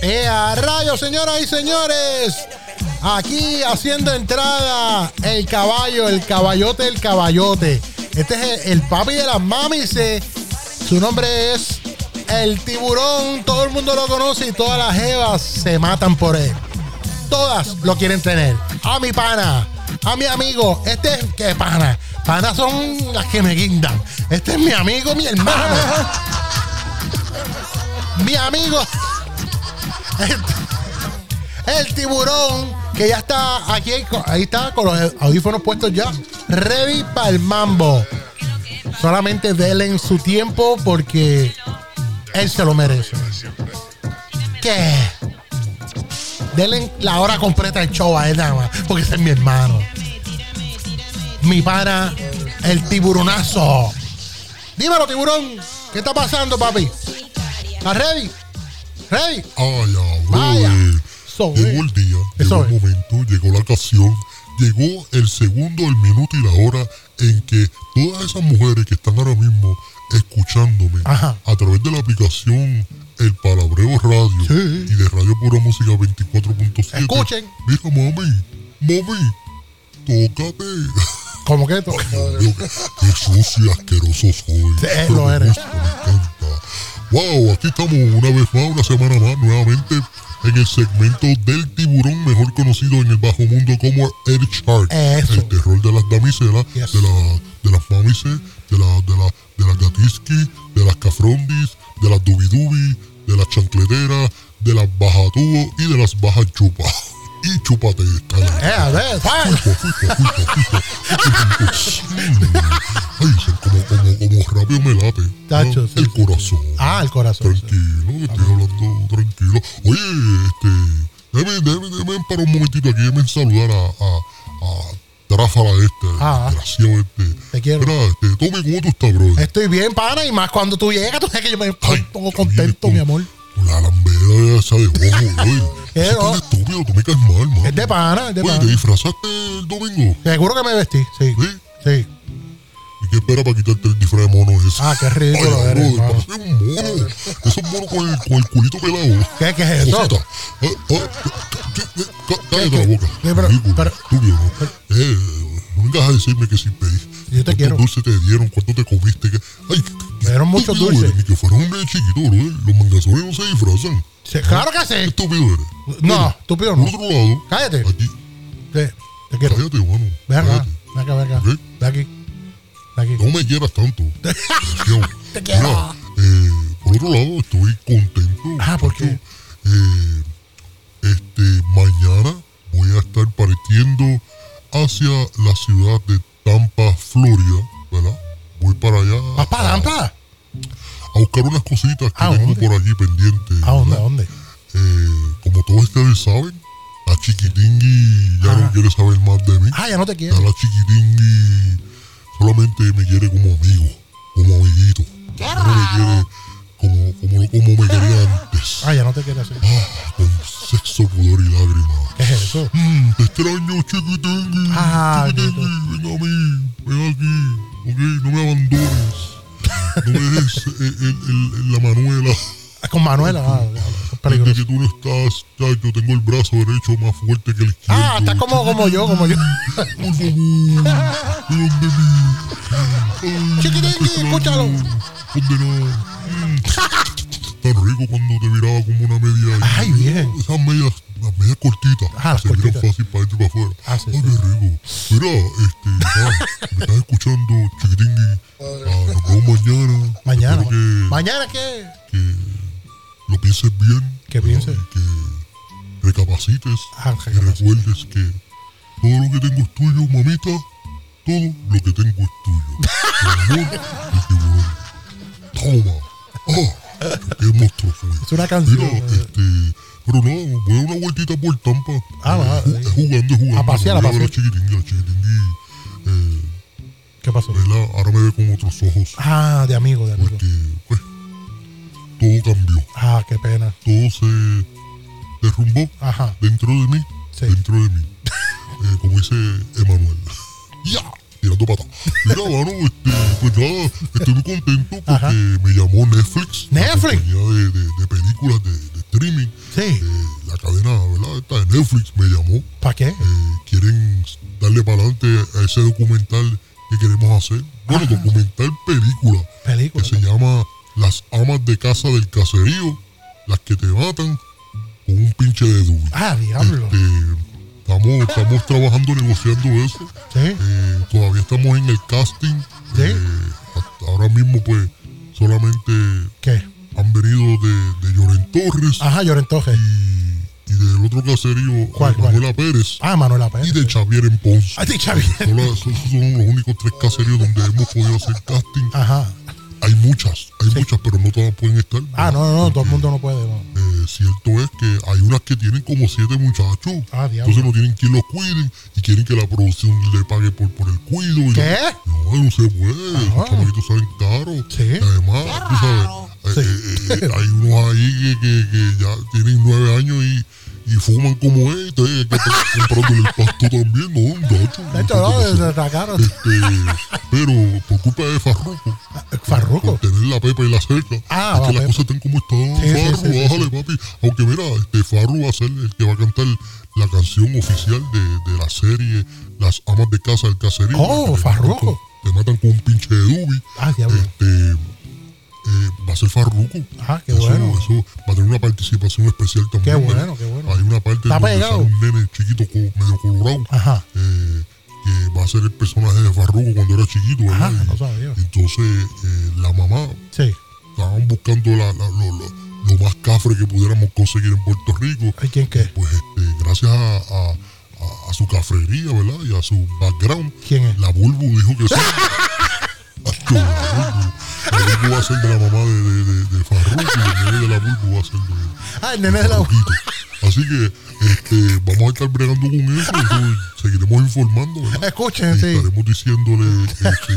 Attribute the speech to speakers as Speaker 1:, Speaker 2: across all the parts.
Speaker 1: ¡Ea, rayos, señoras y señores! Aquí haciendo entrada el caballo, el caballote, el caballote. Este es el, el papi de las mamis. eh. Su nombre es el tiburón. Todo el mundo lo conoce y todas las jevas se matan por él. Todas lo quieren tener. A mi pana, a mi amigo. Este es que pana. Panas son las que me guindan. Este es mi amigo, mi hermano. mi amigo. El tiburón que ya está aquí, ahí está con los audífonos puestos ya, ready para el mambo. Solamente denle en su tiempo porque él se lo merece. ¿Qué? Denle la hora completa del show a él nada más, porque ese es mi hermano. Mi pana, el tiburonazo. Dímelo, tiburón, ¿qué está pasando, papi? ¿Estás ready? ¿Ready?
Speaker 2: Hola,
Speaker 1: Vaya.
Speaker 2: brother.
Speaker 1: Eso
Speaker 2: Llegó
Speaker 1: es.
Speaker 2: el día,
Speaker 1: Eso
Speaker 2: llegó el momento, llegó la ocasión, llegó el segundo, el minuto y la hora en que todas esas mujeres que están ahora mismo escuchándome
Speaker 1: Ajá.
Speaker 2: a través de la aplicación El Palabreo Radio
Speaker 1: Sí.
Speaker 2: y de Radio Pura Música 24.7.
Speaker 1: Escuchen.
Speaker 2: Mira, mami, mami, tócate.
Speaker 1: ¿Cómo que esto?
Speaker 2: Dios, Qué sucio y asqueroso soy.
Speaker 1: Sí,
Speaker 2: Pero
Speaker 1: lo
Speaker 2: me
Speaker 1: eres.
Speaker 2: gusta, me encanta. Wow, aquí estamos una vez más, una semana más, nuevamente en el segmento del tiburón, mejor conocido en el bajo mundo como el shark.
Speaker 1: Eso.
Speaker 2: El terror de las damiselas,
Speaker 1: Yes.
Speaker 2: de, la- de las mamises, de, la- de, la- de las gatiski, de las cafrondis, de las dubidubi, de las chancleteras, de las bajatubos y de las bajas chupas. Y chúpate esta.
Speaker 1: Eh, a ver, ¿sabes?
Speaker 2: Ay, se- como, como, como rápido me late.
Speaker 1: Tacho,
Speaker 2: Ah,
Speaker 1: sí,
Speaker 2: el
Speaker 1: sí,
Speaker 2: corazón.
Speaker 1: Ah, el corazón. sí.
Speaker 2: Tranquilo, que estoy hablando tranquilo. Oye, este. Déjame, déjame, déjame parar un momentito aquí, déjame saludar a. a, a Tráfala este,
Speaker 1: Ah.
Speaker 2: desgraciado este.
Speaker 1: Te quiero.
Speaker 2: Mira, este, Tommy, ¿cómo tú estás, bro?
Speaker 1: Estoy bien, pana, y más cuando tú llegas, tú sabes que yo me
Speaker 2: Ay,
Speaker 1: pongo
Speaker 2: tú vienes
Speaker 1: contento,
Speaker 2: con-
Speaker 1: mi amor.
Speaker 2: Con la lambera esa de ojo, güey.
Speaker 1: Eh,
Speaker 2: Eso
Speaker 1: no.
Speaker 2: es tan estúpido, tú me caes mal, man.
Speaker 1: Es de pana, es de
Speaker 2: Oye, ¿te
Speaker 1: pana.
Speaker 2: disfrazaste el domingo? ¿Eh?
Speaker 1: Seguro que me vestí, sí.
Speaker 2: ¿Sí?
Speaker 1: Sí.
Speaker 2: ¿Y qué espera para quitarte el disfraz de mono ese?
Speaker 1: Ah, qué ridículo
Speaker 2: Ay,
Speaker 1: eres,
Speaker 2: bro,
Speaker 1: mano.
Speaker 2: parece un mono. Esos monos con el, con el culito pelado.
Speaker 1: ¿Qué, qué es eso?
Speaker 2: Cosita. Eh, eh, eh, eh, cá- Cállate la boca.
Speaker 1: qué, pero-
Speaker 2: Ridículo,
Speaker 1: pero-
Speaker 2: estúpido, ¿no? Eh, no vengas a decirme que sí pedí.
Speaker 1: Yo te quiero.
Speaker 2: ¿Cuántos dulces te dieron? ¿Cuánto te comiste? ¿Qué- Ay, qué- qué
Speaker 1: Me dieron muchos
Speaker 2: estúpido
Speaker 1: dulces.
Speaker 2: eres, Ni que fueras un nene chiquito, bro. Los mangazones no se disfrazan.
Speaker 1: Sí, Claro que sí.
Speaker 2: Estúpido eres.
Speaker 1: No,
Speaker 2: Mira,
Speaker 1: estúpido
Speaker 2: Por
Speaker 1: no.
Speaker 2: otro lado,
Speaker 1: Cállate.
Speaker 2: aquí,
Speaker 1: Sí, te quiero.
Speaker 2: cállate, mano.
Speaker 1: Ven acá,
Speaker 2: cállate.
Speaker 1: ven acá, ven acá.
Speaker 2: ¿Sí?
Speaker 1: De aquí. De aquí.
Speaker 2: No me quieras tanto. Desgraciado.
Speaker 1: Te quiero.
Speaker 2: Mira, eh, por otro lado, estoy contento.
Speaker 1: Ah, ¿por qué?
Speaker 2: muchacho. Eh, este, mañana voy a estar partiendo hacia la ciudad de Tampa, Florida, ¿verdad? Voy para allá
Speaker 1: ¿Vas para Lampa?
Speaker 2: a buscar unas cositas que
Speaker 1: ¿A
Speaker 2: tengo
Speaker 1: dónde?
Speaker 2: por allí pendientes.
Speaker 1: ¿A dónde? ¿A
Speaker 2: ¿verdad?
Speaker 1: dónde?
Speaker 2: Eh, como todos ustedes saben, la chiquitingui ya
Speaker 1: Ah.
Speaker 2: no quiere saber más de mí.
Speaker 1: Ah, ya no te
Speaker 2: Ya
Speaker 1: quiero.
Speaker 2: la chiquitingui solamente me quiere como amigo, como amiguito. Ya no me quiere como, como, como me quería antes.
Speaker 1: Ah, ya no te quiero así.
Speaker 2: Ah, con sexo, pudor y lágrimas.
Speaker 1: ¿Qué es eso?
Speaker 2: Mm, te extraño, chiquitingui.
Speaker 1: Ah,
Speaker 2: Mm. chiquitingui, ven a mí, ven aquí. Ok, no me abandones. No me dejes eh, el- el- la manuela.
Speaker 1: Con Manuela. Ah, ah, es
Speaker 2: Desde
Speaker 1: peligroso.
Speaker 2: que tú no estás, ya, yo tengo el brazo derecho más fuerte que el izquierdo.
Speaker 1: Ah, estás como, como yo, como yo.
Speaker 2: Por favor, ven donde mí. Ay,
Speaker 1: Chiquitingui,
Speaker 2: te extraño,
Speaker 1: escúchalo.
Speaker 2: Condenado. Mm. Tan rico cuando te miraba como una media.
Speaker 1: Ay, bien.
Speaker 2: Esas medias, las medias cortitas.
Speaker 1: Ah, las
Speaker 2: se miran
Speaker 1: cortitas.
Speaker 2: fácil para dentro y para afuera.
Speaker 1: Ah, sí, sí.
Speaker 2: Ay, qué rico. Mira, este, nada, me estás escuchando, chiquitingui. Ah, nos vemos mañana.
Speaker 1: Mañana.
Speaker 2: Espero que-
Speaker 1: ¿Mañana qué?
Speaker 2: que lo pienses bien.
Speaker 1: Que
Speaker 2: ¿verdad?
Speaker 1: piense.
Speaker 2: Y que recapacites
Speaker 1: Ah,
Speaker 2: y
Speaker 1: recapacites.
Speaker 2: recuerdes que todo lo que tengo es tuyo, mamita. Todo lo que tengo es tuyo. El amor del tiburón. Toma. Ah, qué monstruo fue.
Speaker 1: Es una
Speaker 2: Mira,
Speaker 1: canción. eh.
Speaker 2: este. Pero no, voy a dar una vueltita por Tampa.
Speaker 1: Ah, va,
Speaker 2: Ju-
Speaker 1: eh.
Speaker 2: Jugando, jugando.
Speaker 1: A pasear, a
Speaker 2: Voy ver
Speaker 1: pasear.
Speaker 2: chiquitingui, a chiquitingui. Eh,
Speaker 1: ¿Qué pasó?
Speaker 2: ¿verdad? Ahora me ve con otros ojos.
Speaker 1: Ah, de amigo, de amigo.
Speaker 2: Porque, pues, todo cambió.
Speaker 1: Ah, qué pena.
Speaker 2: todo se derrumbó
Speaker 1: Ajá,
Speaker 2: dentro de mí,
Speaker 1: Sí.
Speaker 2: dentro de mí. Eh, como dice Emanuel. ¡Ya! Tirando pata. Mira, mano, este, pues nada, estoy muy contento porque
Speaker 1: Ajá.
Speaker 2: me llamó Netflix. la
Speaker 1: Netflix.
Speaker 2: compañía de, de- de películas de, de streaming.
Speaker 1: Sí.
Speaker 2: Eh, la cadena, ¿verdad? Esta de Netflix me llamó.
Speaker 1: ¿Para qué?
Speaker 2: Eh, quieren darle para adelante a ese documental que queremos hacer. Bueno, documental película. Que
Speaker 1: Película.
Speaker 2: se llama Las amas de casa del caserío, las que te matan con un pinche de dubi.
Speaker 1: Ah, diablo.
Speaker 2: Este, estamos, estamos trabajando, negociando eso.
Speaker 1: Sí.
Speaker 2: Eh, todavía estamos en el casting.
Speaker 1: Sí.
Speaker 2: Eh, hasta ahora mismo, pues, solamente
Speaker 1: ¿Qué?
Speaker 2: han venido de, de Lloren Torres
Speaker 1: Ajá, Llorentoje.
Speaker 2: y, y del otro caserío, eh,
Speaker 1: ¿Cuál, cuál?
Speaker 2: Manuela Pérez,
Speaker 1: Ah, Manuela
Speaker 2: y
Speaker 1: Pérez.
Speaker 2: de Xavier en Ponce.
Speaker 1: Ah, sí, Xavier.
Speaker 2: Son, las- son- son los únicos tres caseríos donde hemos podido hacer casting.
Speaker 1: Ajá.
Speaker 2: Hay muchas, hay muchas, pero no todas pueden estar.
Speaker 1: Ah, no, no, no, todo el mundo no puede. no.
Speaker 2: Eh, cierto es que hay unas que tienen como siete muchachos.
Speaker 1: Ah, diablo.
Speaker 2: entonces no tienen quien los cuide y quieren que la producción le pague por, por el cuido. y
Speaker 1: ¿Qué?
Speaker 2: No, no se puede.
Speaker 1: Ah.
Speaker 2: Los chamaquitos salen caros.
Speaker 1: Sí.
Speaker 2: Y Además, tú sabes, eh, eh, eh, hay unos ahí que, que- que ya tienen nueve años y, y fuman como él. Entonces hay que estar comprándole el pasto también. No, un gacho.
Speaker 1: De hecho, no,
Speaker 2: Entonces,
Speaker 1: se sacaron.
Speaker 2: este, pero por culpa de Farruko,
Speaker 1: Farruco.
Speaker 2: por tener la pepa y la cerca,
Speaker 1: Ah,
Speaker 2: es que
Speaker 1: va,
Speaker 2: las
Speaker 1: Pepa.
Speaker 2: cosas están como están.
Speaker 1: Sí, sí,
Speaker 2: Farru,
Speaker 1: sí, sí,
Speaker 2: bájale, papi. Aunque mira, este Farru va a ser el que va a cantar la canción oficial de, de la serie Las Amas de Casa del Caserío.
Speaker 1: Oh,
Speaker 2: Que te
Speaker 1: Farruko.
Speaker 2: matan con- Te matan con un pinche de dubi.
Speaker 1: Ah, diablo.
Speaker 2: Este, eh, va a ser Farruko.
Speaker 1: Ah, qué
Speaker 2: Eso-
Speaker 1: bueno.
Speaker 2: Eso va a tener una participación especial también.
Speaker 1: Qué
Speaker 2: ¿verdad?
Speaker 1: bueno, qué bueno.
Speaker 2: Hay una parte
Speaker 1: Está
Speaker 2: donde
Speaker 1: pegado.
Speaker 2: sale un nene chiquito co- medio colorado
Speaker 1: Ajá.
Speaker 2: eh, que va a ser el personaje de Farruko cuando era chiquito, ¿verdad?
Speaker 1: Ajá,
Speaker 2: Y-
Speaker 1: Ah, no sabía.
Speaker 2: entonces eh, la mamá
Speaker 1: Sí.
Speaker 2: estaban buscando la- la- lo, lo- lo más cafre que pudiéramos conseguir en Puerto Rico.
Speaker 1: ¿Hay quién qué?
Speaker 2: Pues este, gracias a, a- a- a su cafrería, ¿verdad? Y a su background,
Speaker 1: ¿Quién es?
Speaker 2: la Bulbu dijo que sí. Acho, la Bulbu. La Bulbu va a ser de la mamá de, de, de, de Farruko y el nene de la Bulbu va a ser de
Speaker 1: Ah, el nene de la.
Speaker 2: poquito. Así que este, vamos a estar bregando con eso, entonces seguiremos informando, ¿verdad?
Speaker 1: Escuchen,
Speaker 2: Y
Speaker 1: sí.
Speaker 2: estaremos diciéndole eh, que,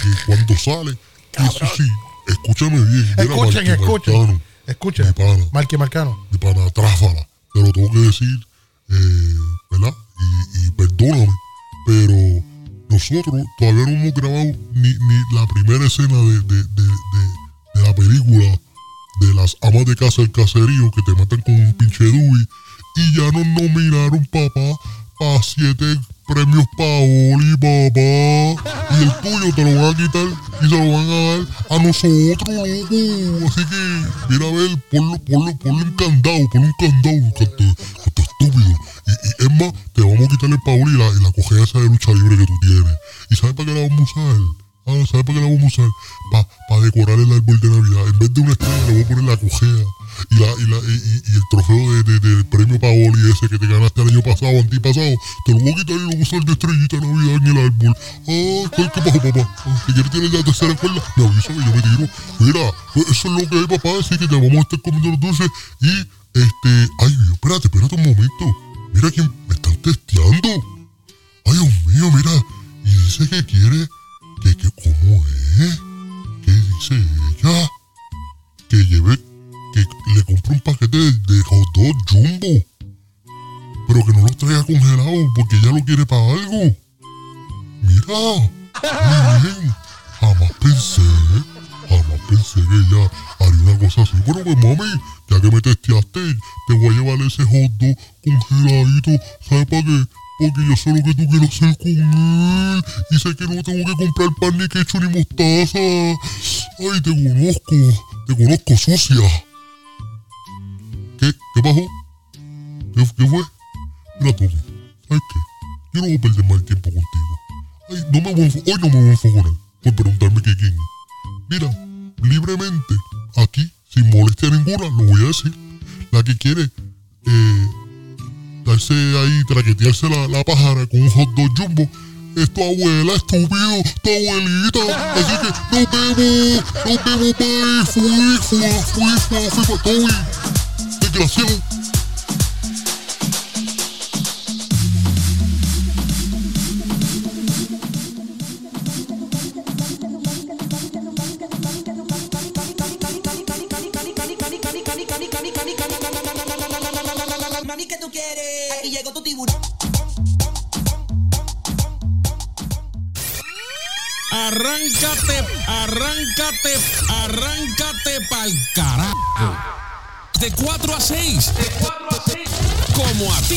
Speaker 2: que cuando sale. Y eso sí, escúchame bien. mira,
Speaker 1: Escuchen,
Speaker 2: Marco
Speaker 1: escuchen.
Speaker 2: Marcano,
Speaker 1: Escuchen.
Speaker 2: Mi pana.
Speaker 1: Marqui Marcano.
Speaker 2: de pana tráfala, te lo tengo que decir, eh, ¿verdad? Y, y perdóname, pero nosotros todavía no hemos grabado ni, ni la primera escena de, de, de, de- de la película de las amas de casa del caserío que te matan con un pinche dubi y ya nos nominaron, papá, a siete premios Paoli, papá. Y el tuyo te lo van a quitar y se lo van a dar a nosotros, loco. Así que, mira a ver, ponlo, ponlo, ponle un candado, ponle un candado, canto, canto estúpido. Y, y es más, te vamos a quitar el Paoli y la, y la cojea esa de lucha libre que tú tienes. ¿Y sabes para qué la vamos a usar? Ah, ¿sabes para qué la vamos a usar? Para decorar el árbol de Navidad. En vez de una estrella le voy a poner la cojea y, la, y, la, y, y- y el trofeo de, de- del premio Paoli ese que te ganaste el año pasado, antipasado. Te lo voy a quitar y lo voy a usar de estrellita de Navidad en el árbol. Ah, ¿qué, qué pasó, papá? Ah, ¿Que quieres tener la tercera cuerda? Me avisa que yo me tiro. Mira, pues eso es lo que hay, papá. Así que te vamos a estar comiendo los dulces y, este... Ay, Dios, espérate, espérate un momento. Mira que me están testeando. Ay, Dios mío, mira. Y dice que quiere. Que, que, ¿Cómo es? ¿Qué dice ella? Que lleve. Que le compró un paquete de, de hot dog jumbo. Pero que no los traiga congelado porque ella lo quiere para algo. Mira. Muy bien. Jamás pensé. Jamás pensé que ella haría una cosa así. Bueno, pues mami, ya que me testeaste, te voy a llevar ese hot dog congeladito. ¿Sabes para qué? Porque yo sé lo que tú quieres hacer con él. Y sé que no tengo que comprar pan ni queso ni mostaza. Ay, te conozco. Te conozco sucia. ¿Qué? ¿Qué pasó? ¿Qué, qué fue? Mira, Tommy, ¿sabes qué? Yo no voy a perder más el tiempo contigo. Ay, no me voy a enfo- hoy no me voy a enfogonar por preguntarme qué quién es. Mira, libremente, aquí, sin molestia ninguna, lo voy a decir. La que quiere eh, darse ahí, traquetearse la, la pájara con un hot dog jumbo, es tu abuela, estúpido, tu abuelita. Así que nos vemos, nos vemos, bye. Fui, fui, fui, fui, fui, fui, Toby. Desgraciado.
Speaker 3: Mami, ¿qué tú quieres? Aquí llegó tu tiburón.
Speaker 4: Arráncate, arráncate, arráncate pa'l carajo. de 4 a 6. De 4 a 6. Como a ti.